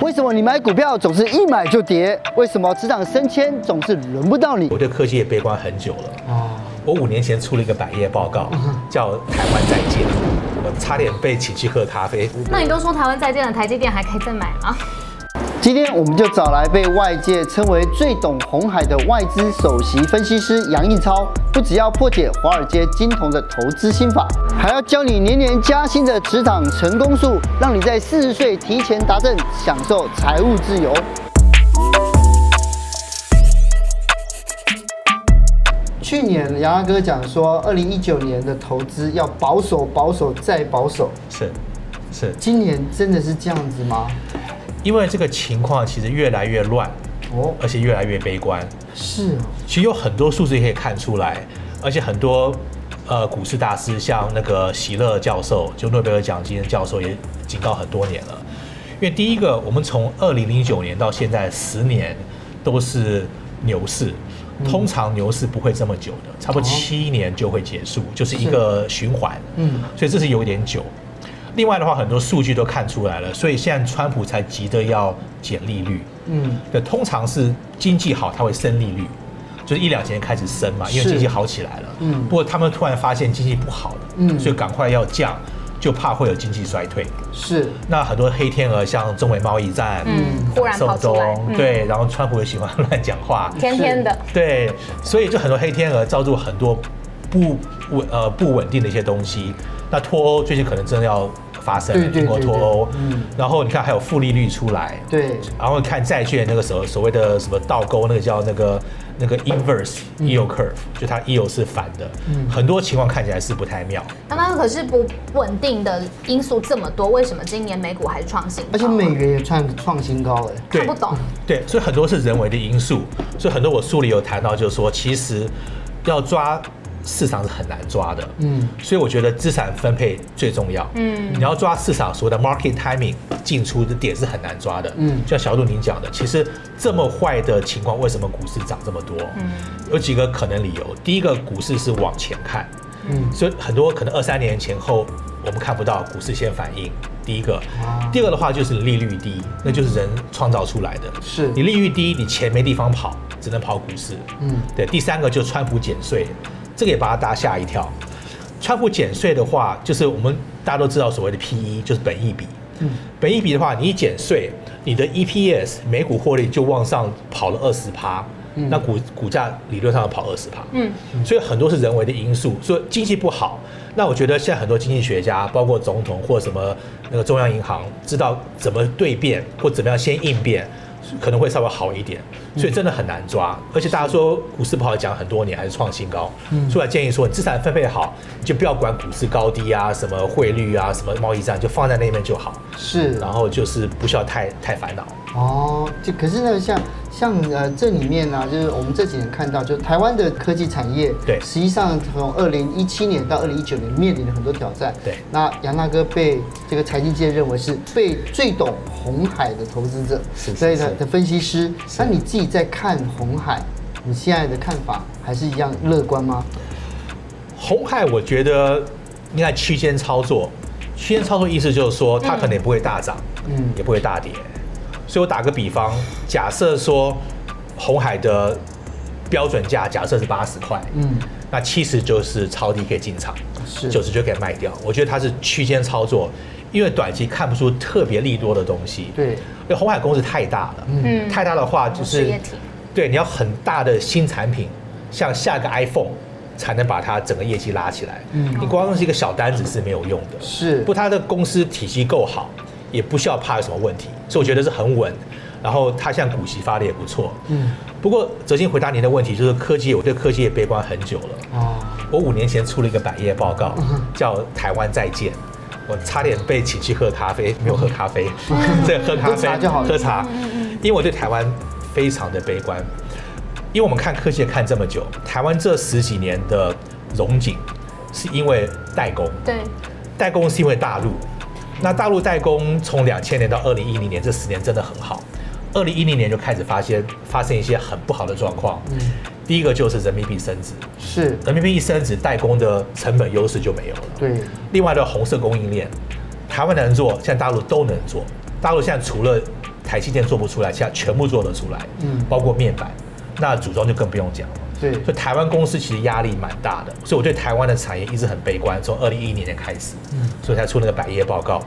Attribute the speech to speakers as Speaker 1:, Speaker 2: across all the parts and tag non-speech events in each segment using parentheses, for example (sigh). Speaker 1: 为什么你买股票总是一买就跌？为什么职场升迁总是轮不到你？
Speaker 2: 我对科技也悲观很久了。
Speaker 1: 哦，
Speaker 2: 我五年前出了一个百页报告，叫《台湾再见》，我差点被请去喝咖啡。
Speaker 3: 那你都说台湾再见了，台积电还可以再买
Speaker 2: (laughs)
Speaker 3: 吗？
Speaker 1: 今天我们就找来被外界称为最懂红海的外资首席分析师杨应超，不只要破解华尔街金童的投资心法，还要教你年年加薪的职场成功术，让你在四十岁提前达阵，享受财务自由。去年杨大哥讲说，二零一九年的投资要保守、保守再保守。
Speaker 2: 是，是
Speaker 1: 今年真的是这样子吗？
Speaker 2: 因为这个情况其实越来越乱，
Speaker 1: 哦，
Speaker 2: 而且越来越悲观。
Speaker 1: 是哦。
Speaker 2: 其实有很多数字可以看出来，而且很多呃股市大师，像那个席勒教授，就诺贝尔奖金的教授，也警告很多年了。因为第一个，我们从二零零九年到现在十年都是牛市，通常牛市不会这么久的，差不多七年就会结束，就是一个循环。
Speaker 1: 嗯
Speaker 2: 所以这是有点久。另外的话，很多数据都看出来了，所以现在川普才急着要减利率。
Speaker 1: 嗯，
Speaker 2: 对，通常是经济好，它会升利率，就是一两年开始升嘛，因为
Speaker 1: 是
Speaker 2: 经济好起来了。
Speaker 1: 嗯
Speaker 2: 不过他们突然发现经济不好了，
Speaker 1: 嗯
Speaker 2: 所以赶快要降，就怕会有经济衰退。
Speaker 1: 是
Speaker 2: 那很多黑天鹅，像中美贸易战，
Speaker 3: 嗯忽然跑
Speaker 2: 宋
Speaker 3: 出来
Speaker 2: 冬，
Speaker 3: 嗯
Speaker 2: 对，然后川普也喜欢乱讲话，
Speaker 3: 天天的，
Speaker 2: 对，所以就很多黑天鹅造就很多不稳呃不稳定的一些东西。那脱欧最近可能真的要发生了，
Speaker 1: 对对
Speaker 2: 英国
Speaker 1: 对
Speaker 2: 脱
Speaker 1: 对
Speaker 2: 欧，
Speaker 1: 嗯
Speaker 2: 然后你看还有负利率出来，
Speaker 1: 对，
Speaker 2: 然后看债券那个所所谓的什么倒钩，那个叫那个那个 inverse
Speaker 1: 嗯
Speaker 2: yield curve，、就它 yield 是反的，很多情况看起来是不太妙。
Speaker 3: 那那可是不稳定的因素这么多，为什么今年美股还是创新高啊？
Speaker 1: 而且美元也创创新高哎。
Speaker 2: 对
Speaker 3: 看不懂，
Speaker 2: 对，所以很多是人为的因素，所以很多我书里有谈到，就是说其实要抓市场是很难抓的，
Speaker 1: 嗯
Speaker 2: 嗯，所以我觉得资产分配最重要，嗯，你要抓市场所谓的 market timing 进出的点是很难抓的，
Speaker 1: 嗯
Speaker 2: 嗯，就像小杜您讲的，其实这么坏的情况，为什么股市涨这么多？嗯，有几个可能理由，第一个股市是往前看，
Speaker 1: 嗯
Speaker 2: 所以很多可能二三年前后我们看不到股市先反应。第一个
Speaker 1: 哦，
Speaker 2: 第二个的话就是利率低，那就是人创造出来的。
Speaker 1: 是
Speaker 2: 你利率低，你钱没地方跑，只能跑股市。
Speaker 1: 嗯
Speaker 2: 嗯，对。第三个就是川普减税，这个也把大家吓一跳。川普减税的话，就是我们大家都知道所谓的 P E，就是本益比。
Speaker 1: 嗯
Speaker 2: 嗯，本益比的话，你一减税，你的 E P S 每股获利就往上跑了二十趴，那股股价理论上要跑二十趴。
Speaker 3: 嗯，
Speaker 2: 所以很多是人为的因素，所以经济不好。那我觉得现在很多经济学家，包括总统或什么那个中央银行，知道怎么对变或怎么样先应变，可能会稍微好一点。所以真的很难抓，而且大家说股市不好讲很多年，还是创新高。所以我建议说，你资产分配好，你就不要管股市高低啊、什么汇率啊、什么贸易战，就放在那边就好。
Speaker 1: 是
Speaker 2: 然后就是啊不需要太太烦恼。
Speaker 1: 哦，就可是呢，像像呃这里面呢、就是我们这几年看到，就台湾的科技产业，
Speaker 2: 对
Speaker 1: 实际上从二零一七年到二零一九年面临了很多挑战，
Speaker 2: 对
Speaker 1: 那杨大哥被这个财经界认为是被最懂红海的投资者，
Speaker 2: 是是
Speaker 1: 所以呢
Speaker 2: 是
Speaker 1: 的分析师，那你自己在看红海，你现在的看法还是一样乐观吗？
Speaker 2: 红海，我觉得应该区间操作。区间操作意思就是说，它可能也不会大涨，
Speaker 1: 嗯
Speaker 2: 嗯，也不会大跌。所以我打个比方，假设说红海的标准价假设是八十块，
Speaker 1: 嗯，
Speaker 2: 那七十就是抄底可以进场，
Speaker 1: 是
Speaker 2: 九十就可以卖掉。我觉得它是区间操作，因为短期看不出特别利多的东西。，
Speaker 1: 对，
Speaker 2: 因为红海公司太大了，
Speaker 3: 嗯
Speaker 2: 太大的话就
Speaker 3: 事
Speaker 2: 是
Speaker 3: 业体
Speaker 2: 对你要很大的新产品，像下个 iPhone 才能把它整个业绩拉起来。
Speaker 1: 嗯
Speaker 2: 你光是一个小单子是没有用的。
Speaker 1: 是
Speaker 2: 不，它的公司体系够好，也不需要怕有什么问题，所以我觉得是很稳。然后它现在股息发的也不错。
Speaker 1: 嗯，
Speaker 2: 不过泽鑫回答您的问题，就是科技，我对科技也悲观很久了。
Speaker 1: 哦，
Speaker 2: 我五年前出了一个百页报告，
Speaker 1: 嗯
Speaker 2: 叫《台湾再见》，我差点被请去喝咖啡，没有喝咖啡，这喝咖
Speaker 1: 嗯喝
Speaker 2: 啡
Speaker 1: 茶就好了嗯
Speaker 2: 喝茶，因为我对台湾非常的悲观，因为我们看科技看这么久，台湾这十几年的荣景是因为代工，
Speaker 3: 对，
Speaker 2: 代工是因为大陆，那大陆代工从两千年到二零一零年这十年真的很好，二零一零年就开始发现发生一些很不好的状况，第一个就是人民币升值。
Speaker 1: 是，
Speaker 2: 人民币一升值，代工的成本优势就没有了。
Speaker 1: 对，
Speaker 2: 另外的红色供应链，台湾能做，现在大陆都能做。大陆现在除了台积电做不出来，其他全部做得出来，嗯，包括面板，那组装就更不用讲了。
Speaker 1: 对
Speaker 2: 所以台湾公司其实压力蛮大的，所以我对台湾的产业一直很悲观，从二零一一年开始，嗯，所以才出那个百业报告。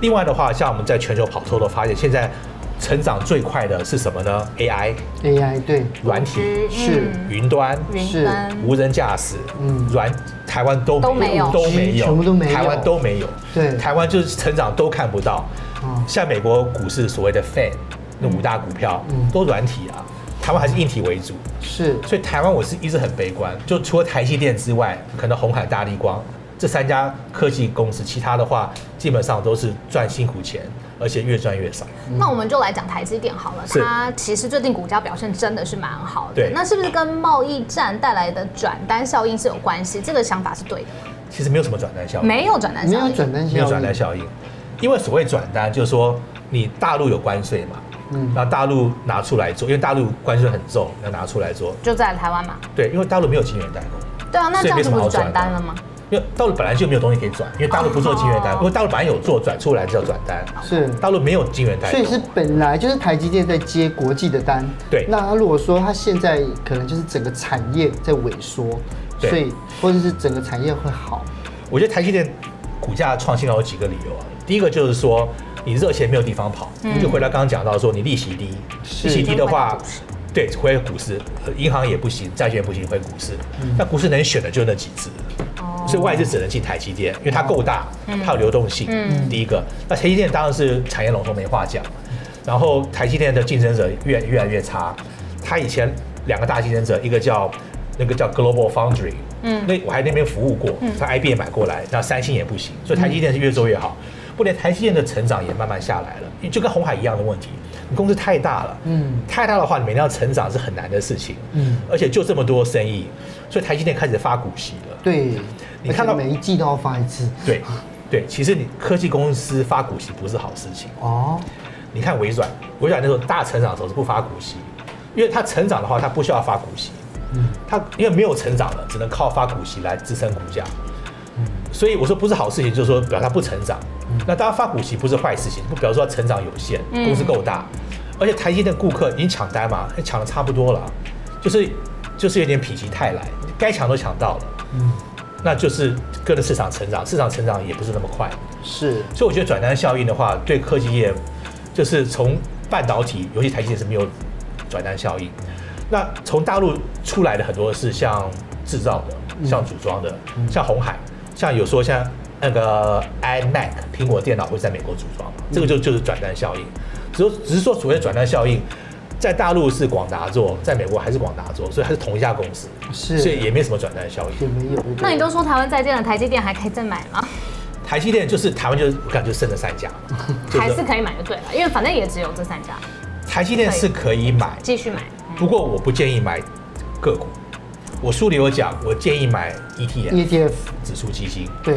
Speaker 2: 另外的话，像我们在全球跑透都发现，现在成长最快的是什么呢？AI、
Speaker 1: AI 对，
Speaker 2: 软体、
Speaker 1: 是
Speaker 2: 云端、
Speaker 1: 是
Speaker 3: 嗯云端
Speaker 2: 无人驾驶，
Speaker 1: 嗯
Speaker 2: 嗯，软台湾都
Speaker 3: 都没有
Speaker 2: 都没有，
Speaker 1: 全部都没有
Speaker 2: 台湾都没有，
Speaker 1: 对
Speaker 2: 台湾就是成长都看不到
Speaker 1: 嗯。
Speaker 2: 像美国股市所谓的 Fed 那五大股票
Speaker 1: 嗯
Speaker 2: 都软体啊，台湾还是硬体为主，
Speaker 1: 是
Speaker 2: 所以台湾我是一直很悲观。就除了台积电之外，可能红海、大力光这三家科技公司，其他的话基本上都是赚辛苦钱，而且越赚越少。
Speaker 3: 那我们就来讲台积电好了，
Speaker 2: 是
Speaker 3: 它其实最近股价表现真的是蛮好的。
Speaker 2: 对
Speaker 3: 那是不是跟贸易战带来的转单效应是有关系？这个想法是对的吗，
Speaker 2: 其实没有什么转单效应，
Speaker 3: 没有转单
Speaker 1: 没
Speaker 3: 效
Speaker 1: 有
Speaker 3: 应，
Speaker 1: 转单
Speaker 2: 没有
Speaker 1: 效
Speaker 2: 转单
Speaker 1: 应，
Speaker 2: 效应，因为所谓转单就是说你大陆有关税嘛，
Speaker 1: 嗯
Speaker 2: 那大陆拿出来做，因为大陆关税很重，要拿出来做。
Speaker 3: 就在台湾嘛。
Speaker 2: 对，因为大陆没有晶圆代工，
Speaker 3: 对啊，那
Speaker 2: 所
Speaker 3: 这
Speaker 2: 以
Speaker 3: 样
Speaker 2: 没
Speaker 3: 子
Speaker 2: 什么
Speaker 3: 不
Speaker 2: 好
Speaker 3: 是
Speaker 2: 转
Speaker 3: 转
Speaker 2: 的
Speaker 3: 单了吗？
Speaker 2: 因为大陆本来就没有东西可以转，因为大陆不做晶圆代
Speaker 3: 哦
Speaker 2: 工，因为大陆本来有做转出来就叫转单，
Speaker 1: 是
Speaker 2: 大陆没有晶圆代
Speaker 1: 所
Speaker 2: 工，
Speaker 1: 以是本来就是台积电在接国际的单，
Speaker 2: 对
Speaker 1: 那它如果说它现在可能就是整个产业在萎缩，
Speaker 2: 对
Speaker 1: 所以或者是整个产业会好，
Speaker 2: 我觉得台积电股价创新高有几个理由啊。第一个就是说，你热钱没有地方跑，就回到刚刚讲到说，你利息低，
Speaker 1: 是
Speaker 2: 利息低的话
Speaker 3: 就回到股市，
Speaker 2: 对，回股市，呃银行也不行，债券也不行，回股市。那股市能选的就那几只，
Speaker 3: 哦
Speaker 2: 所以外资只能进台积电，因为它够大，它有流动性。
Speaker 3: 嗯
Speaker 2: 第一个，那台积电当然是产业龙头没话讲，然后台积电的竞争者越越来越差，它以前两个大竞争者，一个叫那个叫 Global Foundry，
Speaker 3: 嗯
Speaker 2: 嗯，那我还在那边服务过，它 IBM 买过来，那三星也不行，所以台积电是越做越好。不连台积电的成长也慢慢下来了，就跟红海一样的问题，你公司太大了，
Speaker 1: 嗯
Speaker 2: 嗯，太大的话，你每天要成长是很难的事情，
Speaker 1: 嗯
Speaker 2: 嗯，而且就这么多生意，所以台积电开始发股息了。
Speaker 1: 对，
Speaker 2: 你看到
Speaker 1: 而且每一季都要发一次，
Speaker 2: 对，对，其实你科技公司发股息不是好事情。
Speaker 1: 哦，
Speaker 2: 你看微软，微软那时候大成长的时候是不发股息，因为它成长的话，它不需要发股息，它因为没有成长了，只能靠发股息来支撑股价。所以我说不是好事情，就是说表示它不成长。那当然发股息不是坏事情，不表示说它成长有限，
Speaker 3: 嗯
Speaker 2: 公司够大，而且台积电顾客已经抢单嘛，抢的差不多了，就是就是有点否极泰来，该抢都抢到了，那就是跟着市场成长，市场成长也不是那么快。
Speaker 1: 是
Speaker 2: 所以我觉得转单效应的话，对科技业，就是从半导体，尤其台积电是没有转单效应。那从大陆出来的很多是像制造的、像组装的、像红海，像有说像那个 iMac 苹果电脑会在美国组装嘛，这个就就是转单效应。只是只是说所谓的转单效应，在大陆是广达做，在美国还是广达做，所以它是同一家公司，
Speaker 1: 是
Speaker 2: 所以也没什么转单效
Speaker 1: 也
Speaker 2: 应。
Speaker 1: 没有，对不对
Speaker 3: 那你都说台湾再见了，台积电还可以再买吗？
Speaker 2: 台积电就是台湾就是我感觉剩了三家嘛，就
Speaker 3: 还是可以买就对了，因为反正也只有这三家，
Speaker 2: 台积电是可以买，
Speaker 3: 继续买。嗯
Speaker 2: 不过我不建议买个股。我书里有讲，我建议买 ETF
Speaker 1: ETF
Speaker 2: 指数基金。
Speaker 1: E 对，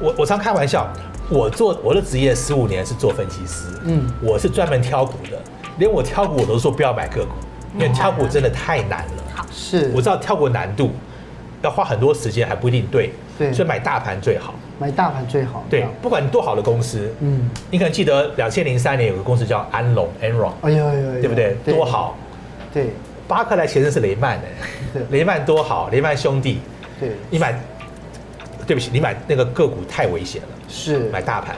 Speaker 2: 我我常开玩笑，我做我的职业十五年是做分析师，
Speaker 1: 嗯
Speaker 2: 嗯，我是专门挑股的，连我挑股我都说不要买个股，因为挑股真的太难了。
Speaker 1: 是
Speaker 2: 我知道挑股难度，要花很多时间，还不一定对，
Speaker 1: 对
Speaker 2: 所以买大盘最好。
Speaker 1: 买大盘最好，这
Speaker 2: 对
Speaker 1: 样，
Speaker 2: 不管你多好的公司，
Speaker 1: 嗯，
Speaker 2: 你可能记得两千零三年有个公司叫安隆 （Enron），
Speaker 1: 哎呦哎呦哎呦，
Speaker 2: 对不对？多好，
Speaker 1: 对，
Speaker 2: 巴克莱前身是雷曼的
Speaker 1: 对，
Speaker 2: 雷曼多好，雷曼兄弟，
Speaker 1: 对对
Speaker 2: 你买，对不起，你买那个个股太危险了，
Speaker 1: 是
Speaker 2: 买大盘。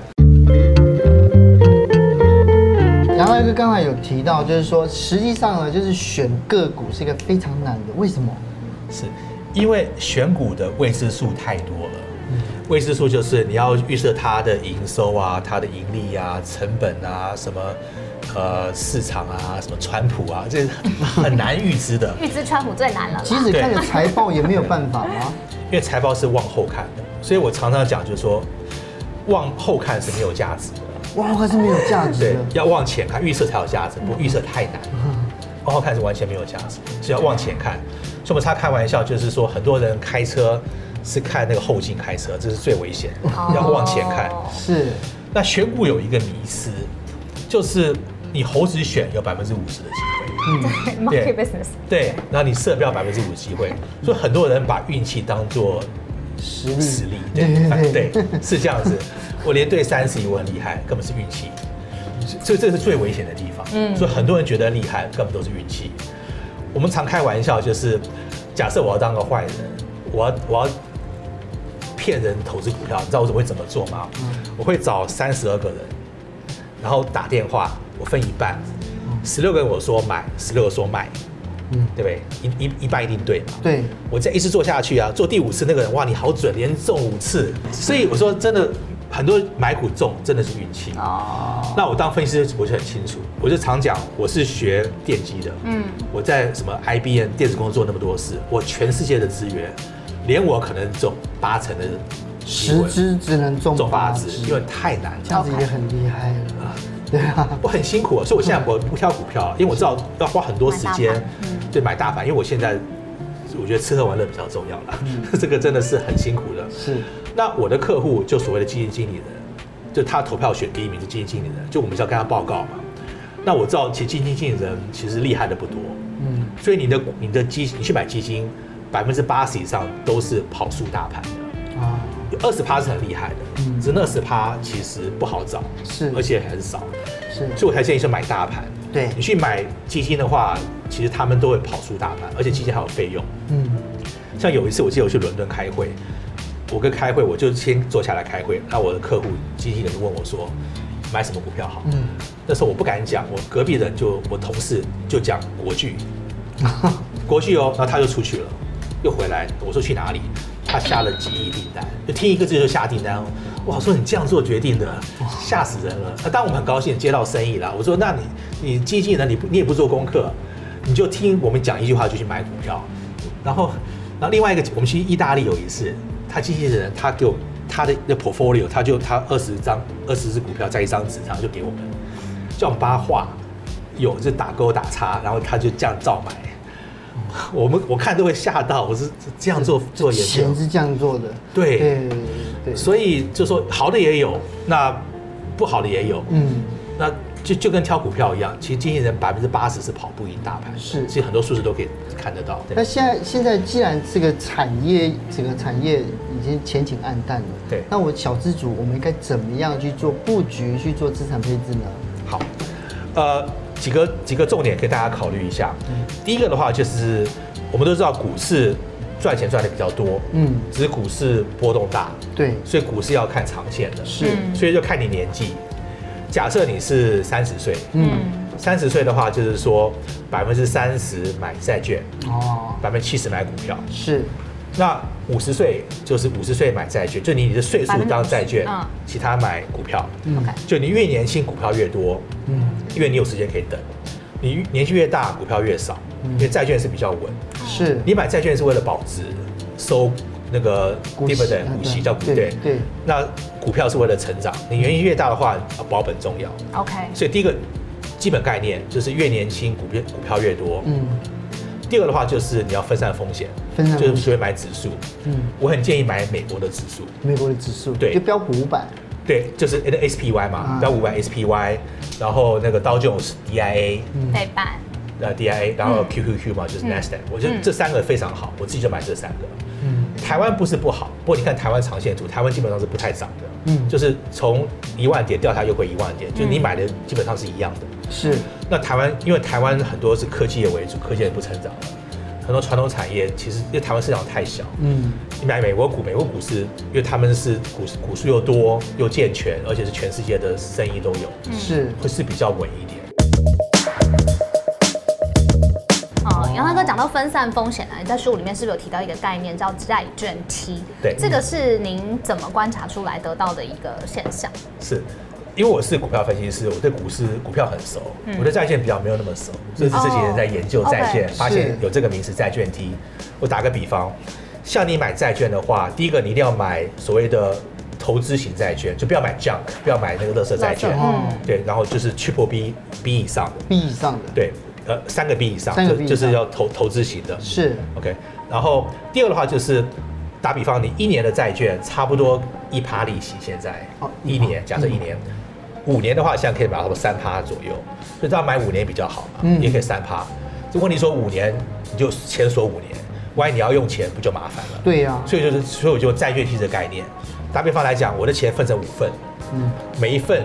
Speaker 1: 然后一个刚才有提到，就是说，实际上呢，就是选个股是一个非常难的，为什么？
Speaker 2: 是因为选股的未知数太多了。未知数就是你要预测它的营收啊、它的盈利啊、成本啊、什么呃市场啊、什么川普啊，这是很难预知的，
Speaker 3: 预知川普最难了
Speaker 1: 即
Speaker 3: 啦，
Speaker 1: 使看了财报也没有办法吗？
Speaker 2: 因为财报是往后看的。所以我常常讲，就是说往后看是没有价值的，
Speaker 1: 哇，可是没有价值
Speaker 2: 对
Speaker 1: 的，，
Speaker 2: 要往前看，预测才有价值，不预测太难。往后看是完全没有价值，是要往前看。所以我们常开玩笑，就是说很多人开车是看那个后镜开车，这是最危险的
Speaker 3: 哦，
Speaker 2: 要往前看。
Speaker 1: 是
Speaker 2: 那选股有一个迷思，就是你猴子选有百分之五十的机会，
Speaker 3: market business。
Speaker 2: 对，然后你射标百分之五机会，所以很多人把运气当做
Speaker 1: 实力，
Speaker 2: 实力，
Speaker 1: 对对对
Speaker 2: 对 (laughs) 对，是这样子。我连对三十一我很厉害，根本是运气，所以这是最危险的地方。嗯，所以很多人觉得厉害，根本都是运气。我们常开玩笑，就是假设我要当个坏人，我要我要骗人投资股票，你知道我会怎么做吗？我会找三十二个人，然后打电话，我分一半，十六个人我说买，十六个说卖，
Speaker 1: 嗯，
Speaker 2: 对不对？一一一半一定对嘛？
Speaker 1: 对，
Speaker 2: 我再一直做下去啊，做第五次那个人哇，你好准，连中五次。所以我说真的，很多买股中真的是运气。
Speaker 1: 啊，
Speaker 2: 那我当分析师我就很清楚，我就常讲我是学电机的，嗯，
Speaker 3: 嗯
Speaker 2: 我在什么 IBM 电子工作那么多事，我全世界的资源，连我可能中八成的机
Speaker 1: 十
Speaker 2: 会
Speaker 1: 只只能中
Speaker 2: 中
Speaker 1: 八
Speaker 2: 八只
Speaker 1: 只，，
Speaker 2: 因为太难
Speaker 1: 这
Speaker 2: 了。
Speaker 1: 样子也很厉害了，对啊，
Speaker 2: 我很辛苦啊，所以我现在我不挑股票，啊因为我知道要花很多时间
Speaker 3: 嗯买大盘嗯，
Speaker 2: 对，买大盘，因为我现在我觉得吃喝玩乐比较重要了，
Speaker 3: 嗯
Speaker 2: (laughs) 这个真的是很辛苦的。
Speaker 1: 是
Speaker 2: 那我的客户就所谓的基金经理人，就他投票选第一名是基金经理人，就我们是要跟他报告嘛。那我知道，其实基金经理人其实厉害的不多，
Speaker 1: 嗯
Speaker 2: 所以你的你的基你去买基金，百分之八十以上都是跑输大盘的，
Speaker 1: 啊，
Speaker 2: 有二十趴是很厉害
Speaker 1: 嗯
Speaker 2: 的，只是那十趴其实不好找，
Speaker 1: 是
Speaker 2: 而且很少，
Speaker 1: 是
Speaker 2: 所以我才建议是买大盘。
Speaker 1: 对
Speaker 2: 你去买基金的话，其实他们都会跑输大盘，而且基金还有费用。
Speaker 1: 嗯
Speaker 2: 像有一次，我记得我去伦敦开会，我跟开会，我就先坐下来开会。那我的客户经纪人就问我说，买什么股票好？
Speaker 1: 嗯，
Speaker 2: 那时候我不敢讲，我隔壁人就我同事就讲国巨，国巨哦，然后他就出去了，又回来，我说去哪里？他下了几亿订单，就听一个字就下订单哦。哇，说你这样做决定的，吓死人了。那当然我们很高兴接到生意啦。我说，那你你基金呢？你不你也不做功课，你就听我们讲一句话就去买股票。然后，然后另外一个，我们去意大利有一次，他经纪人他给我他的那 portfolio，他就他二十张二十只股票在一张纸上就给我们，叫我们帮他画，有就打勾打叉，然后他就这样照买。我们我看都会吓到，我是这样做做研究
Speaker 1: 钱，是这样做的，
Speaker 2: 对
Speaker 1: 对对，以
Speaker 2: 所以就说好的也有，那不好的也有，
Speaker 1: 嗯
Speaker 2: 那就就跟挑股票一样，其实经纪人百分之八十是跑不赢大盘的，
Speaker 1: 是哎
Speaker 2: 其实很多数字都可以看得到。
Speaker 1: 那
Speaker 2: 对，
Speaker 1: 现在现在既然这个产业整个产业已经前景暗淡了，
Speaker 2: 对
Speaker 1: 那我小资主我们应该怎么样去做布局、去做资产配置呢？
Speaker 2: 好，呃，几个几个重点给大家考虑一下。
Speaker 1: 嗯
Speaker 2: 第一个的话就是我们都知道股市赚钱赚的比较多，
Speaker 1: 嗯，
Speaker 2: 只是股市波动大，
Speaker 1: 对，
Speaker 2: 所以股市要看长线的，
Speaker 1: 是，
Speaker 3: 嗯
Speaker 2: 所以就看你年纪。假设你是三十岁，
Speaker 1: 嗯，
Speaker 2: 三十岁的话，就是说百分之三十买债券，
Speaker 1: 哦，
Speaker 2: 百分之七十买股票。
Speaker 1: 是，
Speaker 2: 那五十岁就是五十岁买债券，就你你的岁数当债券
Speaker 3: 50%嗯，
Speaker 2: 其他买股票。
Speaker 1: 嗯
Speaker 3: OK
Speaker 2: 就你越年轻，股票越多，
Speaker 1: 嗯，
Speaker 2: 因为你有时间可以等。你年纪越大，股票越少，
Speaker 1: 嗯
Speaker 2: 因为债券是比较稳。
Speaker 1: 是，
Speaker 2: 你买债券是为了保值，收那个
Speaker 1: 股息
Speaker 2: dividend
Speaker 1: 嗯
Speaker 2: 股息叫股
Speaker 1: 对
Speaker 2: 对。
Speaker 1: 对
Speaker 2: 那股票是为了成长，你年纪越大的话，啊保本重要。
Speaker 3: OK，
Speaker 2: 所以第一个基本概念就是越年轻股票股票越多。
Speaker 1: 嗯
Speaker 2: 第二个的话就是你要分散风险，
Speaker 1: 分散风
Speaker 2: 就
Speaker 1: 险
Speaker 2: 是学会买指数。
Speaker 1: 嗯，
Speaker 2: 我很建议买美国的指数，
Speaker 1: 美国的指数，
Speaker 2: 对
Speaker 1: 就标普五百，
Speaker 2: 对，就是呃 S P Y 嘛
Speaker 1: 啊，
Speaker 2: 标五百 S P Y，然后那个刀 Jones D I A，
Speaker 1: 嗯
Speaker 3: 背板
Speaker 2: 呃 D I A，然后
Speaker 3: 嗯
Speaker 2: Q Q Q 嘛，就是
Speaker 3: 嗯
Speaker 2: Nasdaq，我觉得
Speaker 3: 嗯
Speaker 2: 这三个非常好，我自己就买这三个。
Speaker 1: 嗯
Speaker 2: 台湾不是不好，不过你看台湾长线图，台湾基本上是不太涨的，
Speaker 1: 嗯
Speaker 2: 就是从一万点掉下又回一万点，就是你
Speaker 3: 嗯
Speaker 2: 买的基本上是一样的。
Speaker 1: 是，
Speaker 2: 那台湾因为台湾很多是科技业为主，科技业不成长了，很多传统产业其实因为台湾市场太小，
Speaker 1: 嗯
Speaker 2: 你买美国股，美国股市，因为他们是股股数又多又健全，而且是全世界的生意都有，
Speaker 3: 嗯
Speaker 1: 是，
Speaker 2: 会是比较稳一点。
Speaker 3: 哦，杨大哥讲到分散风险啊，你在书里面是不是有提到一个概念叫债券 T？
Speaker 2: 对
Speaker 3: 这个是您怎么观察出来得到的一个现象？
Speaker 2: 是，因为我是股票分析师，我对股市股票很熟，我对债券比较没有那么熟，所以是这几年在研究债券，
Speaker 3: 嗯哦
Speaker 2: 发现
Speaker 1: 是
Speaker 2: 有这个名词债券 T。我打个比方，像你买债券的话，第一个你一定要买所谓的投资型债券，就不要买 junk，不要买那个垃圾债券
Speaker 3: 垃圾，
Speaker 1: 嗯
Speaker 2: 对，然后就是 triple B B 以上的。
Speaker 1: ，B 以上的，
Speaker 2: 对，呃，三个 B 以上，
Speaker 1: 三个 B
Speaker 2: 就就
Speaker 1: 以
Speaker 2: 是
Speaker 1: 上
Speaker 2: 要投投资型的。
Speaker 1: 是，
Speaker 2: OK，然后第二个的话就是，打比方，你一年的债券差不多一趴利息，现在、
Speaker 1: 哦嗯
Speaker 2: 一
Speaker 1: 1%
Speaker 2: 年，假设一年，五年的话，现在可以买到三趴左右，所以大家买五年比较好嘛，
Speaker 1: 嗯
Speaker 2: 也可以三趴。如果你说五年，你就先锁五年，万一你要用钱，不就麻烦了？
Speaker 1: 对啊呀，
Speaker 2: 所以就是，所以我就债券期的概念，打比方来讲，我的钱分成五份，
Speaker 1: 嗯
Speaker 2: 每一份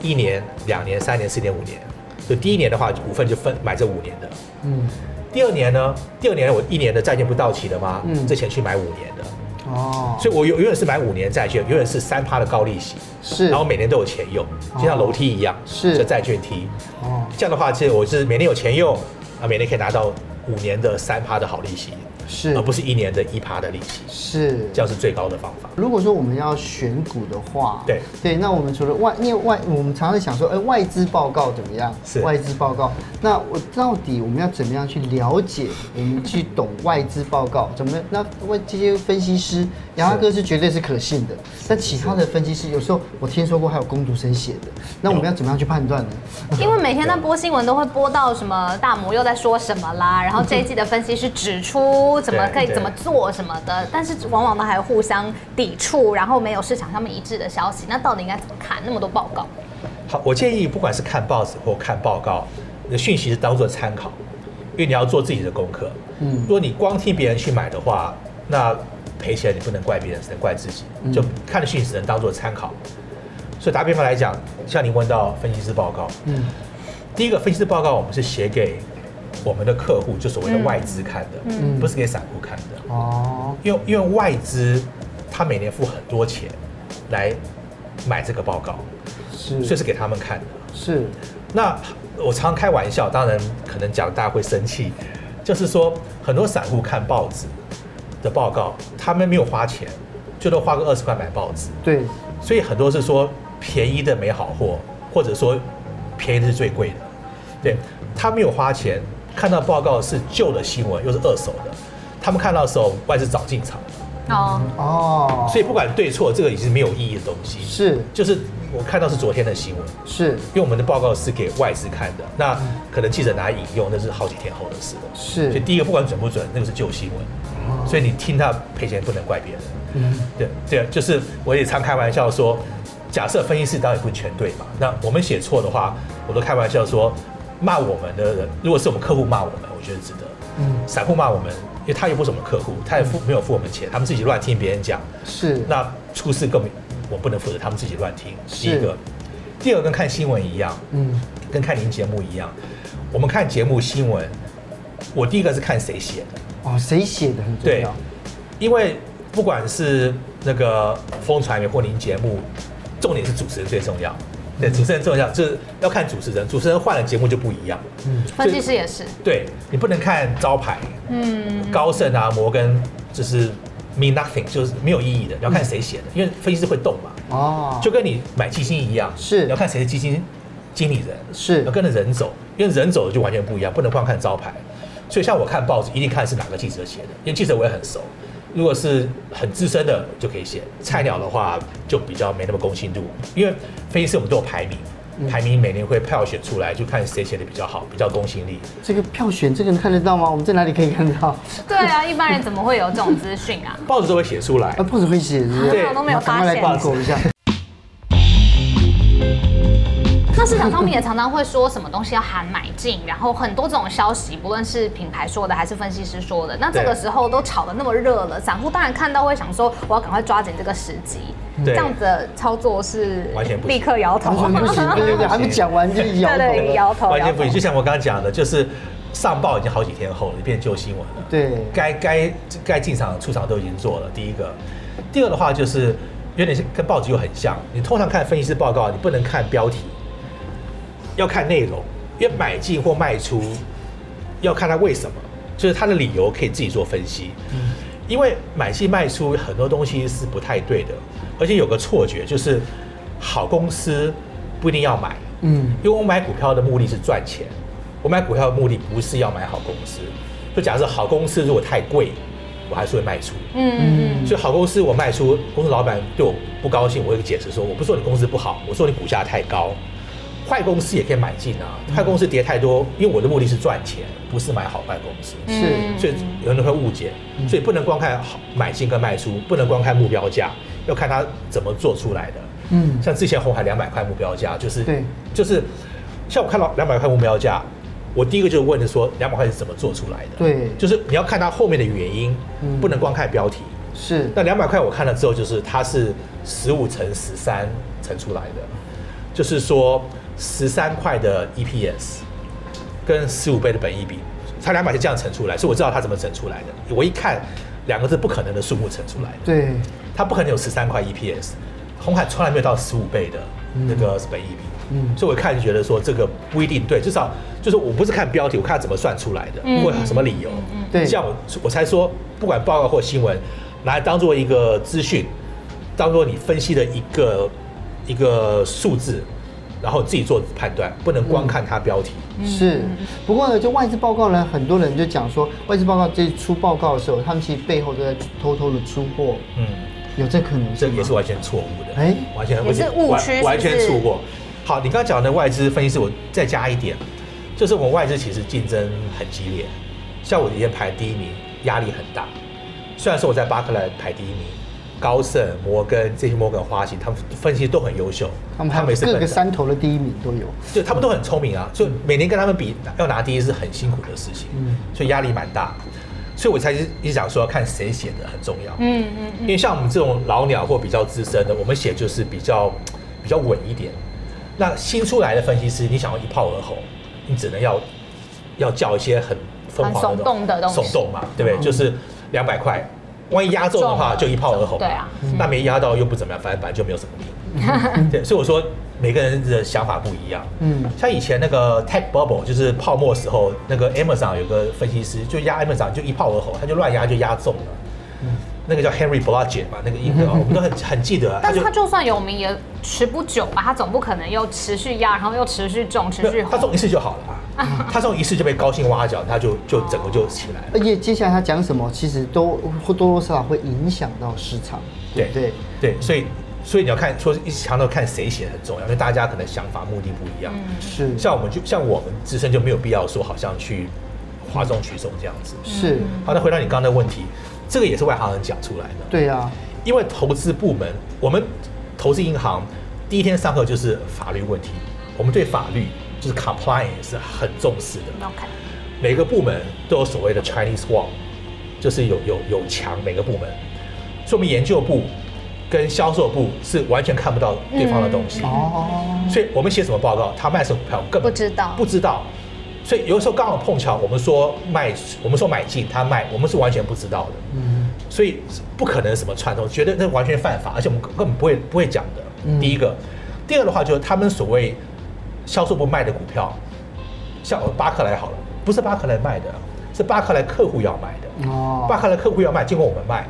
Speaker 2: 一年、两年、三年、四年、五年，所以第一年的话，股份就分买这五年的。
Speaker 1: 嗯，
Speaker 2: 第二年呢，第二年我一年的债券不到期了吗？
Speaker 1: 嗯
Speaker 2: 这钱去买五年的，
Speaker 1: 哦，
Speaker 2: 所以我永永远是买五年债券，永远是三趴的高利息，
Speaker 1: 是，哦
Speaker 2: 然后每年都有钱用，就像楼梯一样，
Speaker 1: 是
Speaker 2: 这债券梯。
Speaker 1: 哦，
Speaker 2: 这样的话，其实我是每年有钱用，啊，每年可以拿到五年的三趴的好利息，
Speaker 1: 是
Speaker 2: 啊而不是一年的一趴的利息，
Speaker 1: 是
Speaker 2: 这样是最高的方法。
Speaker 1: 如果说我们要选股的话，
Speaker 2: 对
Speaker 1: 对，那我们除了外，因为外，我们常常想说，哎、外资报告怎么样？
Speaker 2: 是
Speaker 1: 外资报告。那我到底我们要怎么样去了解？我们去懂外资报告？怎么？那外这些分析师，杨大哥是绝对是可信的。但其他的分析师，有时候我听说过还有工读生写的，那我们
Speaker 2: 有
Speaker 1: 要怎么样去判断呢？
Speaker 3: 因为每天在播新闻都会播到什么大摩又在说什么 (laughs) 啦，然后这一季的分析师指出怎么可以
Speaker 2: 对
Speaker 3: 怎么做什么的，但是往往都还互相抵触，然后没有市场上面一致的消息，那到底应该怎么看那么多报告？
Speaker 2: 好，我建议不管是看报纸或看报告，你的讯息是当做参考，因为你要做自己的功课。
Speaker 1: 嗯
Speaker 2: 嗯，如果你光听别人去买的话，那赔钱你不能怪别人，只能怪自己。就看的讯息只能当做参考。所以打比方来讲，像您问到分析师报告，
Speaker 1: 嗯，
Speaker 2: 第一个分析师报告我们是写给我们的客户，就所谓的外资看的，
Speaker 1: 嗯
Speaker 2: 不是给散户看的。
Speaker 1: 哦，
Speaker 2: 因为因为外资他每年付很多钱来买这个报告，
Speaker 1: 是
Speaker 2: 所以是给他们看的。
Speaker 1: 是
Speaker 2: 那我常开玩笑，当然可能讲大家会生气，就是说很多散户看报纸的报告，他们没有花钱，最多花个二十块买报纸，
Speaker 1: 对，
Speaker 2: 所以很多是说便宜的没好货，或者说便宜的是最贵的，对他没有花钱，看到报告是旧的新闻，又是二手的，他们看到的时候外资早进场，
Speaker 3: 哦，
Speaker 1: 哦，
Speaker 2: 所以不管对错，这个已经没有意义的东西，
Speaker 1: 是
Speaker 2: 就是我看到是昨天的新闻，
Speaker 1: 是
Speaker 2: 因为我们的报告是给外资看的，
Speaker 1: 嗯
Speaker 2: 那可能记者拿来引用，那是好几天后的事了。
Speaker 1: 是哦
Speaker 2: 所以第一个不管准不准，那个是旧新闻，所以你听他赔钱不能怪别人。
Speaker 1: 嗯
Speaker 2: 对对，就是我也常开玩笑说，假设分析师当然不全对嘛，那我们写错的话，我都开玩笑说，骂我们的人，如果是我们客户骂我们，我觉得值得。
Speaker 1: 嗯
Speaker 2: 散户骂我们，因为他又不是我们客户，他也付没有付我们钱，他们自己乱听别人讲，
Speaker 1: 是
Speaker 2: 那出事更没我不能负责，他们自己乱听。第
Speaker 1: 是
Speaker 2: 一个，第二个跟看新闻一样，
Speaker 1: 嗯
Speaker 2: 跟看您节目一样，我们看节目新闻，我第一个是看谁写的，
Speaker 1: 哦，谁写的很重要。
Speaker 2: 因为不管是那个风传媒或您节目，重点是主持人最重要。对，主持人重要，就是要看主持人，主持人换了节目就不一样。
Speaker 1: 嗯
Speaker 3: 分析师也是，
Speaker 2: 对你不能看招牌，
Speaker 3: 嗯，
Speaker 2: 高盛啊、摩根就是 mean nothing，就是没有意义的，你要看谁写的，因为分析师会动嘛。
Speaker 1: 哦，
Speaker 2: 就跟你买基金一样，
Speaker 1: 是
Speaker 2: 你要看谁是基金经理人，
Speaker 1: 是
Speaker 2: 要跟着人走，因为人走的就完全不一样，不能光看招牌。所以像我看报纸，一定看是哪个记者写的，因为记者我也很熟。如果是很资深的就可以写，菜鸟的话就比较没那么公信度，因为分析师我们都有排名，
Speaker 1: 嗯
Speaker 2: 排名每年会票选出来，就看谁写的比较好，比较公信力。
Speaker 1: 这个票选，这个能看得到吗？我们在哪里可以看得到？
Speaker 3: (laughs) 对啊，一般人怎么会有这种资讯 (laughs) 啊？
Speaker 2: 报纸都会写出来
Speaker 1: 啊，，不止会写，是不是？
Speaker 2: 对
Speaker 3: 我都没有
Speaker 1: 赶
Speaker 3: 发
Speaker 1: 快来
Speaker 3: 现。
Speaker 1: 挂钩一下。
Speaker 3: 那市场上面也常常会说什么东西要喊买进，然后很多这种消息，不论是品牌说的还是分析师说的，那这个时候都炒得那么热了，散户当然看到会想说，我要赶快抓紧这个时机。
Speaker 2: 对
Speaker 3: 这样子的操作是
Speaker 2: 完全不行
Speaker 3: 立刻摇头
Speaker 1: 完，全不行，对对对，还没讲完就摇头
Speaker 3: 对对
Speaker 1: 了。
Speaker 3: 摇头，
Speaker 2: 完
Speaker 3: 摇
Speaker 2: 全
Speaker 3: 头
Speaker 2: 不。行。就像我刚刚讲的，就是上报已经好几天后了，变旧新闻了。
Speaker 1: 对，
Speaker 2: 该该该进场出场都已经做了。第一个，第二的话就是有点像跟报纸又很像，你通常看分析师报告，你不能看标题，要看内容，因为买进或卖出要看他为什么，就是他的理由可以自己做分析。因为买进卖出很多东西是不太对的，而且有个错觉就是好公司不一定要买，
Speaker 1: 嗯，
Speaker 2: 因为我买股票的目的是赚钱，我买股票的目的不是要买好公司。就假设好公司如果太贵，我还是会卖出。
Speaker 3: 嗯嗯
Speaker 2: 所以好公司我卖出，公司老板对我不高兴，我会解释说，我不是说你公司不好，我说你股价太高。坏公司也可以买进啊，坏公司跌太多，因为我的目的是赚钱，不是买好坏公司。
Speaker 3: 嗯，
Speaker 1: 是
Speaker 3: 嗯
Speaker 2: 所以有人会误解，所以不能光看好买进跟卖出，不能光看目标价，要看它怎么做出来的。
Speaker 1: 嗯
Speaker 2: 像之前红海两百块目标价，就是
Speaker 1: 对
Speaker 2: 就是像我看到两百块目标价，我第一个就问的说两百块是怎么做出来的？
Speaker 1: 对
Speaker 2: 就是你要看它后面的原因
Speaker 1: 嗯，
Speaker 2: 不能光看标题。
Speaker 1: 是
Speaker 2: 那两百块我看了之后，就是它是十五乘十三乘出来的，就是说十三块的 EPS，跟十五倍的本益比，它两百是这样乘出来，所以我知道它怎么乘出来的。我一看两个字不可能的数目乘出来的，
Speaker 1: 对，
Speaker 2: 它不可能有十三块 EPS，红海从来没有到十五倍的那个本益比。
Speaker 1: 嗯
Speaker 2: 所以我一看就觉得说这个不一定对，至少就是我不是看标题，我看它怎么算出来的，
Speaker 3: 嗯
Speaker 2: 或者什么理由。
Speaker 1: 对
Speaker 2: 这样我我才说，不管报告或新闻，拿来当做一个资讯，当做你分析的一个一个数字，然后自己做判断，不能
Speaker 1: 嗯
Speaker 2: 光看它标题。
Speaker 1: 是。不过呢，就外资报告呢，很多人就讲说，外资报告这出报告的时候，他们其实背后都在偷偷的出货，
Speaker 2: 嗯，
Speaker 1: 有这可能
Speaker 2: 这
Speaker 1: 性
Speaker 2: 个
Speaker 1: 吗？
Speaker 2: 也是完全错误的，
Speaker 1: 哎
Speaker 2: 完全
Speaker 3: 也是误区是不是
Speaker 2: 完完全错误。好，你刚刚讲的外资分析师，我再加一点，就是我们外资其实竞争很激烈，像我以前排第一名，压力很大。虽然说我在巴克莱排第一名，高盛、摩根这些摩根花旗，他们分析都很优秀，
Speaker 1: 他们还有
Speaker 2: 笨
Speaker 1: 各个
Speaker 2: 蛋
Speaker 1: 山头的第一名都有。
Speaker 2: 就他们都很聪明啊，就每年跟他们比要拿第一是很辛苦的事情，
Speaker 1: 嗯
Speaker 2: 所以压力蛮大，所以我才一直想说看谁写的很重要，
Speaker 3: 嗯嗯
Speaker 2: 因为像我们这种老鸟或比较资深的，我们写就是比较比较稳一点。那新出来的分析师，你想要一炮而红，你只能要要叫一些很疯狂的
Speaker 3: 很耸动的东西嗯
Speaker 2: 耸动嘛，对不对？就是两百块，万一压中的
Speaker 3: 中
Speaker 2: 话
Speaker 3: 了
Speaker 2: 就一炮而红，
Speaker 3: 对啊，
Speaker 2: 那没压到又不怎么样，反正反正就没有什么
Speaker 3: (laughs)
Speaker 2: 名。对，所以我说每个人的想法不一样。
Speaker 1: 嗯，
Speaker 2: 像以前那个 tech bubble 就是泡沫时候，那个 Amazon 有个分析师就压 Amazon 就一炮而红，他就乱压就压中了。那个叫 Henry Blodgett 嘛，那个英国，我们都很很记得啊。
Speaker 3: 但是他就算有名也持不久吧，他总不可能又持续压，然后又持续中，持
Speaker 2: 没
Speaker 3: 续
Speaker 2: 有他
Speaker 3: 红。
Speaker 2: 中一次就好了啊，他中一次就被高兴挖角，他就就整个就起来了。
Speaker 1: 而且接下来他讲什么，其实都会多多少少会影响到市场，对不对？
Speaker 2: 对，所以所以你要看说一直强调看谁写的很重要，因为大家可能想法目的不一样。
Speaker 1: 是
Speaker 2: 像我们就像我们自身就没有必要说好像去哗众取宠这样子。
Speaker 1: 是，
Speaker 2: 好，那回到你刚刚的问题，这个也是外行人讲出来的，
Speaker 1: 对啊，
Speaker 2: 因为投资部门，我们投资银行第一天上课就是法律问题，我们对法律就是 compliance 是很重视的。
Speaker 3: OK，
Speaker 2: 每个部门都有所谓的 Chinese Wall，就是有有有墙每个部门，所以我们研究部跟销售部是完全看不到对方的东西，
Speaker 1: 哦，
Speaker 2: 所以我们写什么报告，他卖什么股票，我们根本
Speaker 3: 嗯不知道
Speaker 2: 不知道。所以有的时候刚好碰巧，我们说卖，我们说买进，他卖，我们是完全不知道的，
Speaker 1: 嗯，
Speaker 2: 所以不可能什么串通，觉得那完全犯法，而且我们根本不会不会讲的。
Speaker 1: 嗯
Speaker 2: 第一个，第二的话就是他们所谓销售部卖的股票，像巴克莱好了，不是巴克莱卖的，是巴克莱客户要买的。巴
Speaker 1: 哦，
Speaker 2: 克莱客户要卖，经过我们卖。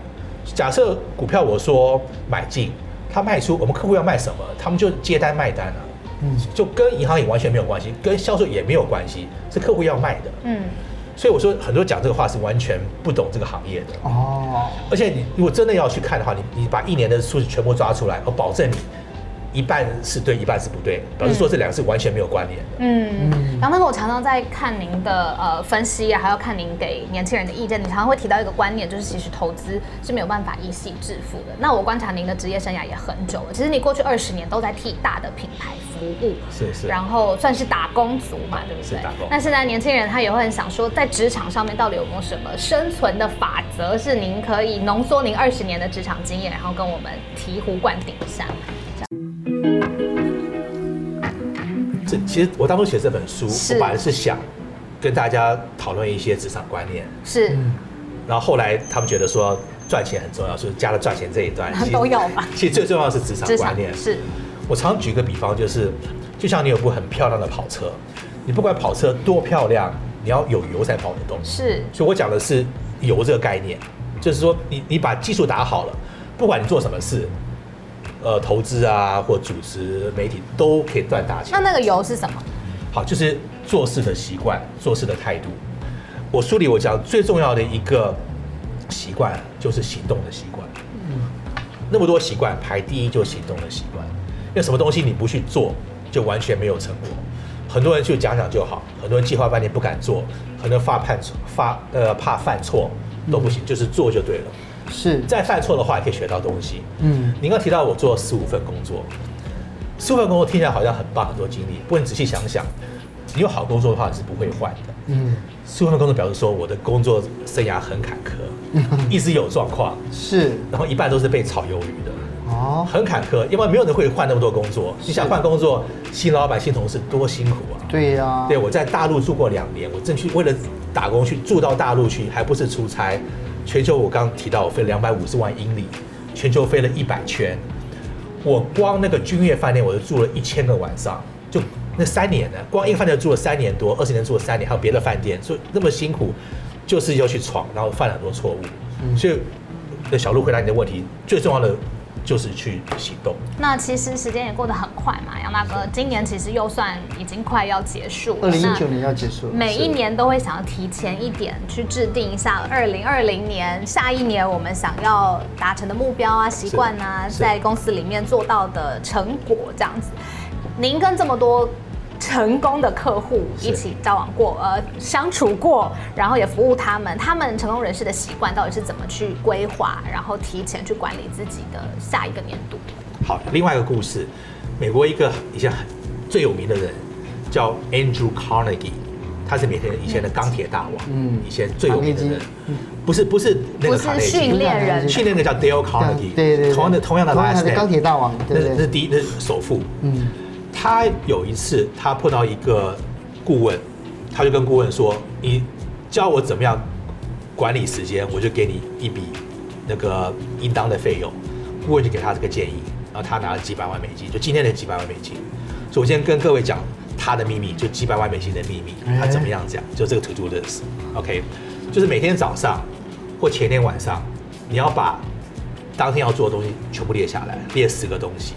Speaker 2: 假设股票我说买进，他卖出，我们客户要卖什么，他们就接单卖单了、
Speaker 1: 嗯，
Speaker 2: 就跟银行也完全没有关系，跟销售也没有关系，是客户要卖的。
Speaker 3: 嗯，
Speaker 2: 所以我说很多讲这个话是完全不懂这个行业的。
Speaker 1: 哦，
Speaker 2: 而且你如果真的要去看的话，你你把一年的数据全部抓出来，我保证你一半是对，一半是不对，表示说这两个是完全没有关联的。
Speaker 3: 嗯
Speaker 1: 嗯，
Speaker 3: 然后那个我常常在看您的呃分析啊，还有看您给年轻人的意见，你常常会提到一个观念，就是其实投资是没有办法一夕致富的。那我观察您的职业生涯也很久了，其实你过去二十年都在替大的品牌服务，
Speaker 2: 是是
Speaker 3: 然后算是打工族嘛，对不
Speaker 2: 是
Speaker 3: 对
Speaker 2: 打工？
Speaker 3: 那现在年轻人他也会很想说，在职场上面到底有没有什么生存的法则，是您可以浓缩您二十年的职场经验，然后跟我们醍醐灌顶一下。
Speaker 2: 这其实我当初写这本书，
Speaker 3: 是
Speaker 2: 我本来是想跟大家讨论一些职场观念，
Speaker 3: 是，
Speaker 2: 嗯然后后来他们觉得说赚钱很重要，所以加了赚钱这一段。其实
Speaker 3: (laughs) 都要吧？
Speaker 2: 其实 (laughs) 最重要的是职场
Speaker 3: 职
Speaker 2: 观
Speaker 3: 场
Speaker 2: 念。
Speaker 3: 是，
Speaker 2: 我常举个比方，就是就像你有部很漂亮的跑车，你不管跑车多漂亮，你要有油才跑得动。
Speaker 3: 是，
Speaker 2: 所以我讲的是油这个概念，就是说你你把技术打好了，不管你做什么事，呃，投资啊或组织媒体都可以赚大钱
Speaker 3: 那。那个油是什么？
Speaker 2: 好，就是做事的习惯，做事的态度。我书里我讲最重要的一个习惯就是行动的习惯。那么多习惯，排第一就是行动的习惯，因为什么东西你不去做，就完全没有成果。很多人就讲讲就好，很多人计划半天不敢做，很多人怕判错，发呃怕犯错都不行，就是做就对了。
Speaker 1: 是，
Speaker 2: 再犯错的话，也可以学到东西。
Speaker 1: 嗯，
Speaker 2: 您刚提到我做十五份工作，十五份工作听起来好像很棒，很多经历。不过你仔细想想，你有好工作的话，你是不会换的。
Speaker 1: 嗯，
Speaker 2: 十五份工作表示说我的工作生涯很坎坷，一直有状况，
Speaker 1: 是，
Speaker 2: 然后一半都是被炒鱿鱼的。
Speaker 1: 哦
Speaker 2: 很坎坷，要不然没有人会换那么多工作。你想换工作，新老板、新同事多辛苦啊！
Speaker 1: 对呀、
Speaker 2: 对，我在大陆住过两年，我正去为了打工去住到大陆去，还不是出差。全球我刚提到，我飞两百五十万英里，全球飞了一百圈。我光那个君悦饭店，我就住了一千个晚上，就那三年呢，光一个饭店住了三年多，二十年住了三年，还有别的饭店，所以那么辛苦，就是要去闯，然后犯了很多错误。所以，呃小鹿回答你的问题，最重要的就是去行动。
Speaker 3: 那其实时间也过得很快嘛，杨大哥，今年其实又算已经快要结束
Speaker 1: 二
Speaker 3: 了。
Speaker 1: 零一
Speaker 3: 那
Speaker 1: 九年要结束了，
Speaker 3: 每一年都会想要提前一点去制定一下二零二零年下一年我们想要达成的目标啊、习惯啊，
Speaker 2: 是
Speaker 3: 在公司里面做到的成果这样子。您跟这么多成功的客户
Speaker 2: 是
Speaker 3: 一起交往过，呃，相处过，然后也服务他们，他们成功人士的习惯到底是怎么去规划，然后提前去管理自己的下一个年度？
Speaker 2: 好，另外一个故事，美国一个以前很最有名的人叫 Andrew Carnegie，他是美前以前的钢铁大王，
Speaker 1: 嗯
Speaker 2: 嗯，以前最有名
Speaker 1: 卡
Speaker 2: 的
Speaker 1: 内
Speaker 2: 人
Speaker 1: 基，
Speaker 2: 不是不是那
Speaker 3: 不
Speaker 2: 个
Speaker 3: 是
Speaker 2: 卡内基，
Speaker 3: 训练人，
Speaker 2: 训练那个叫 Dale
Speaker 1: 这样
Speaker 2: Carnegie，
Speaker 1: 对对对，
Speaker 2: 同样的同样的
Speaker 1: 同样
Speaker 2: last
Speaker 1: 的
Speaker 2: name，
Speaker 1: 钢铁大王，
Speaker 2: 那
Speaker 1: 对
Speaker 2: 是
Speaker 1: 不
Speaker 2: 那
Speaker 1: 对？
Speaker 2: 是第一那是首富，
Speaker 1: 嗯，
Speaker 2: 他有一次他碰到一个顾问，他就跟顾问说：“你教我怎么样管理时间，我就给你一笔那个应当的费用。”顾问就给他这个建议，然后他拿了几百万美金，就今天的几百万美金。所以我今天跟各位讲他的秘密，就几百万美金的秘密，他怎么样讲，就这个 to do list。OK，就是每天早上或前天晚上，你要把当天要做的东西全部列下来，列十个东西，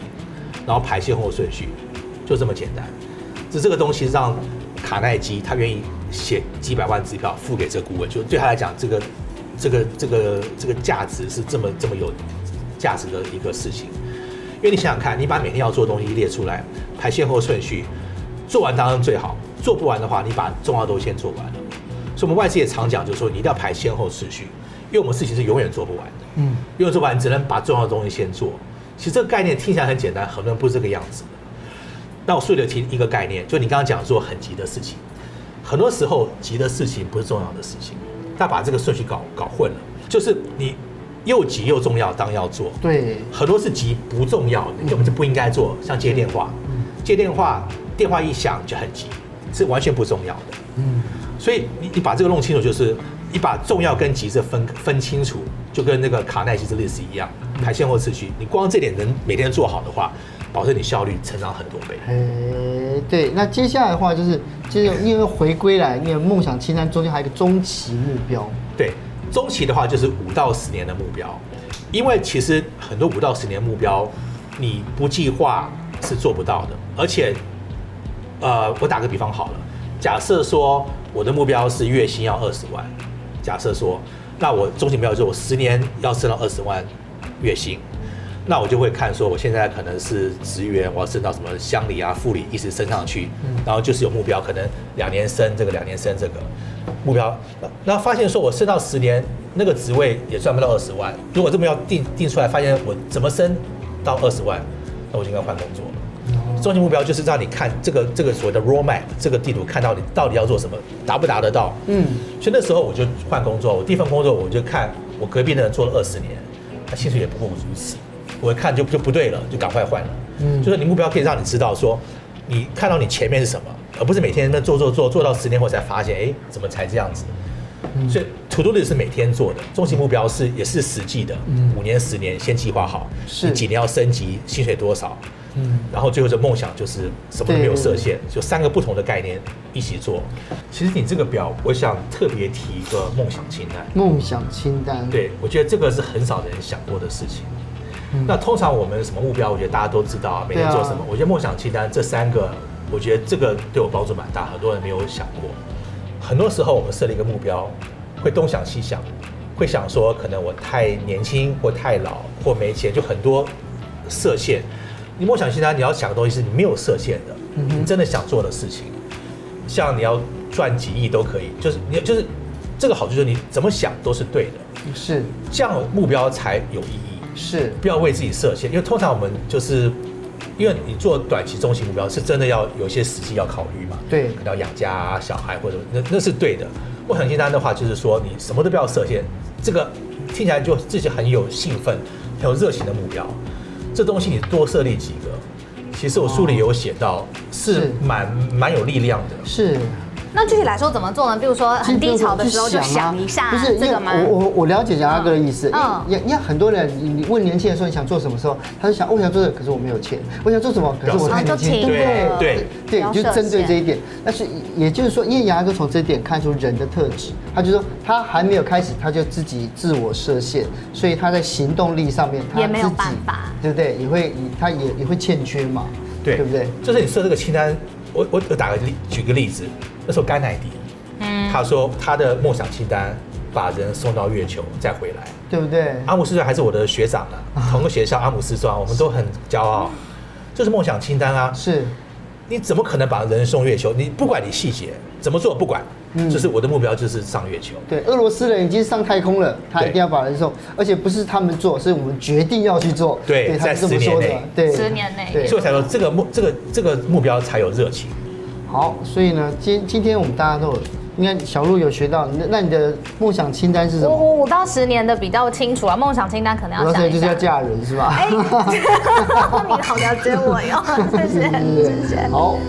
Speaker 2: 然后排先后顺序，就这么简单。这这个东西让卡耐基他愿意写几百万支票付给这个顾问，就对他来讲，这个这个这个这个价值是这么这么有价值的一个事情。因为你想想看，你把每天要做的东西列出来，排先后顺序，做完当然最好，做不完的话，你把重要的都先做完了。所以我们外资也常讲，就是说你一定要排先后顺序，因为我们事情是永远做不完的。
Speaker 1: 嗯，
Speaker 2: 因为做完只能把重要的东西先做。其实这个概念听起来很简单，很多人不是这个样子的。那我顺着提一个概念，就你刚刚讲说很急的事情，很多时候急的事情不是重要的事情，他把这个顺序搞搞混了，就是你又急又重要，当要做，
Speaker 1: 对，
Speaker 2: 很多是急不重要的，根本就不应该做，像接电话，接电话电话一响就很急，是完全不重要的。
Speaker 1: 嗯，
Speaker 2: 所以你你把这个弄清楚，就是你把重要跟急这分分清楚，就跟那个卡耐基之 list 一样，排先后次序。你光这点能每天做好的话，保证你效率成长很多倍。
Speaker 1: 哎，对，那接下来的话就是，就是因为回归来，因为梦想清单中间还有一个终极目标，
Speaker 2: 对，中期的话就是五到十年的目标，因为其实很多五到十年目标，你不计划是做不到的。而且，呃，我打个比方好了，假设说我的目标是月薪要二十万，假设说，那我终极目标就是我十年要升到二十万月薪。那我就会看说，我现在可能是职员，我要升到什么乡里啊、副理，一直升上去，然后就是有目标，可能两年升这个，两年升这个目标。那发现说我升到十年，那个职位也赚不到二十万。如果这么要定定出来，发现我怎么升到二十万，那我就应该换工作了。终极目标就是让你看这个这个所谓的 road map 这个地图，看到你到底要做什么，达不达得到。
Speaker 1: 嗯，
Speaker 2: 所以那时候我就换工作，我第一份工作我就看我隔壁的人做了二十年，他薪水也不过我如此，我一看就就不对了，就赶快换了。
Speaker 1: 嗯
Speaker 2: 嗯，就是你目标可以让你知道说，你看到你前面是什么，而不是每天在那做做做做到十年后才发现，哎，怎么才这样子？
Speaker 1: 嗯
Speaker 2: 所以 to do list 是每天做的，终极目标是也是实际的，五年十年先计划好，
Speaker 1: 嗯是
Speaker 2: 你几年要升级，薪水多少，
Speaker 1: 嗯，
Speaker 2: 然后最后的梦想就是什么都没有设限，就三个不同的概念一起做。其实你这个表，我想特别提一个梦想清单，
Speaker 1: 梦想清单，，
Speaker 2: 对我觉得这个是很少人想过的事情。那通常我们什么目标，我觉得大家都知道啊，每天做什么
Speaker 1: 对啊。
Speaker 2: 我觉得梦想清单这三个，我觉得这个对我帮助蛮大，很多人没有想过。很多时候我们设立一个目标，会东想西想，会想说可能我太年轻或太老或没钱，就很多设限。你梦想清单你要想的东西是你没有设限的，你真的想做的事情，像你要赚几亿都可以，就是你就是这个好处就是你怎么想都是对的。
Speaker 1: 是
Speaker 2: 这样目标才有意义。
Speaker 1: 是，
Speaker 2: 不要为自己设限，因为通常我们就是，因为你做短期、中期目标是真的要有一些实际要考虑嘛，
Speaker 1: 对
Speaker 2: 可能要养家啊、小孩或者那那是对的。我很简单的话就是说，你什么都不要设限，这个听起来就自己很有兴奋、很有热情的目标。这东西你多设立几个，其实我书里有写到，是
Speaker 1: 哦是
Speaker 2: 蛮蛮有力量的。
Speaker 1: 是
Speaker 3: 那具体来说怎么做呢？比如说很低潮的时候就想一下
Speaker 1: 啊不是，因
Speaker 3: 这
Speaker 1: 为
Speaker 3: 个吗？
Speaker 1: 我我我了解杨大哥的意思，
Speaker 3: 嗯
Speaker 1: 因为因为很多人你你问年轻的时候你想做什么时候，他就想哦我想做这个，可是我没有钱，我想做什么，可是我太年轻，
Speaker 3: 啊然后就停
Speaker 1: 对
Speaker 3: 了
Speaker 2: 对
Speaker 1: 对，
Speaker 3: 不
Speaker 1: 就
Speaker 3: 要设
Speaker 1: 针对
Speaker 3: 限
Speaker 1: 这一点。但是也就是说，因为杨大哥从这点看出人的特质，他就说他还没有开始，他就自己自我设限，所以他在行动力上面他
Speaker 3: 也没有
Speaker 1: 自己
Speaker 3: 办法
Speaker 1: 对不对？也会他也也会欠缺嘛，
Speaker 2: 对，
Speaker 1: 对不对？
Speaker 2: 就是你设这个清单，我我我打个例，举个例子，那时候甘乃迪，嗯，他说他的梦想清单把人送到月球再回来。
Speaker 1: 对不对？
Speaker 2: 阿姆斯壮还是我的学长啊，同个学校阿姆斯啊壮，我们都很骄傲。这是梦想清单啊，
Speaker 1: 是
Speaker 2: 你怎么可能把人送月球？你不管你细节怎么做，不管，
Speaker 1: 嗯
Speaker 2: 就是我的目标就是上月球。
Speaker 1: 对，俄罗斯人已经上太空了，他
Speaker 2: 对
Speaker 1: 一定要把人送，而且不是他们做，是我们决定要去做。
Speaker 2: 对
Speaker 1: 他
Speaker 2: 在
Speaker 1: 是这
Speaker 2: 10
Speaker 1: 么
Speaker 2: 年
Speaker 1: 说的
Speaker 2: 内。
Speaker 1: 对，
Speaker 3: 10年内
Speaker 1: 对
Speaker 2: 所以，我才说这个目这个这个目标才有热情。
Speaker 1: 好，所以呢，今今天我们大家都有，应该小鹿有学到，那那你的梦想清单是什
Speaker 3: 我
Speaker 1: 么？
Speaker 3: 五到十年的比较清楚啊，梦想清单可能
Speaker 1: 然
Speaker 3: 要
Speaker 1: 后
Speaker 3: 想
Speaker 1: 现在就
Speaker 3: 一
Speaker 1: 是要
Speaker 3: 下。 (laughs)
Speaker 1: 嫁人是吧？ (laughs)
Speaker 3: 哎，你好了解我哟，谢谢，谢谢。
Speaker 1: 好。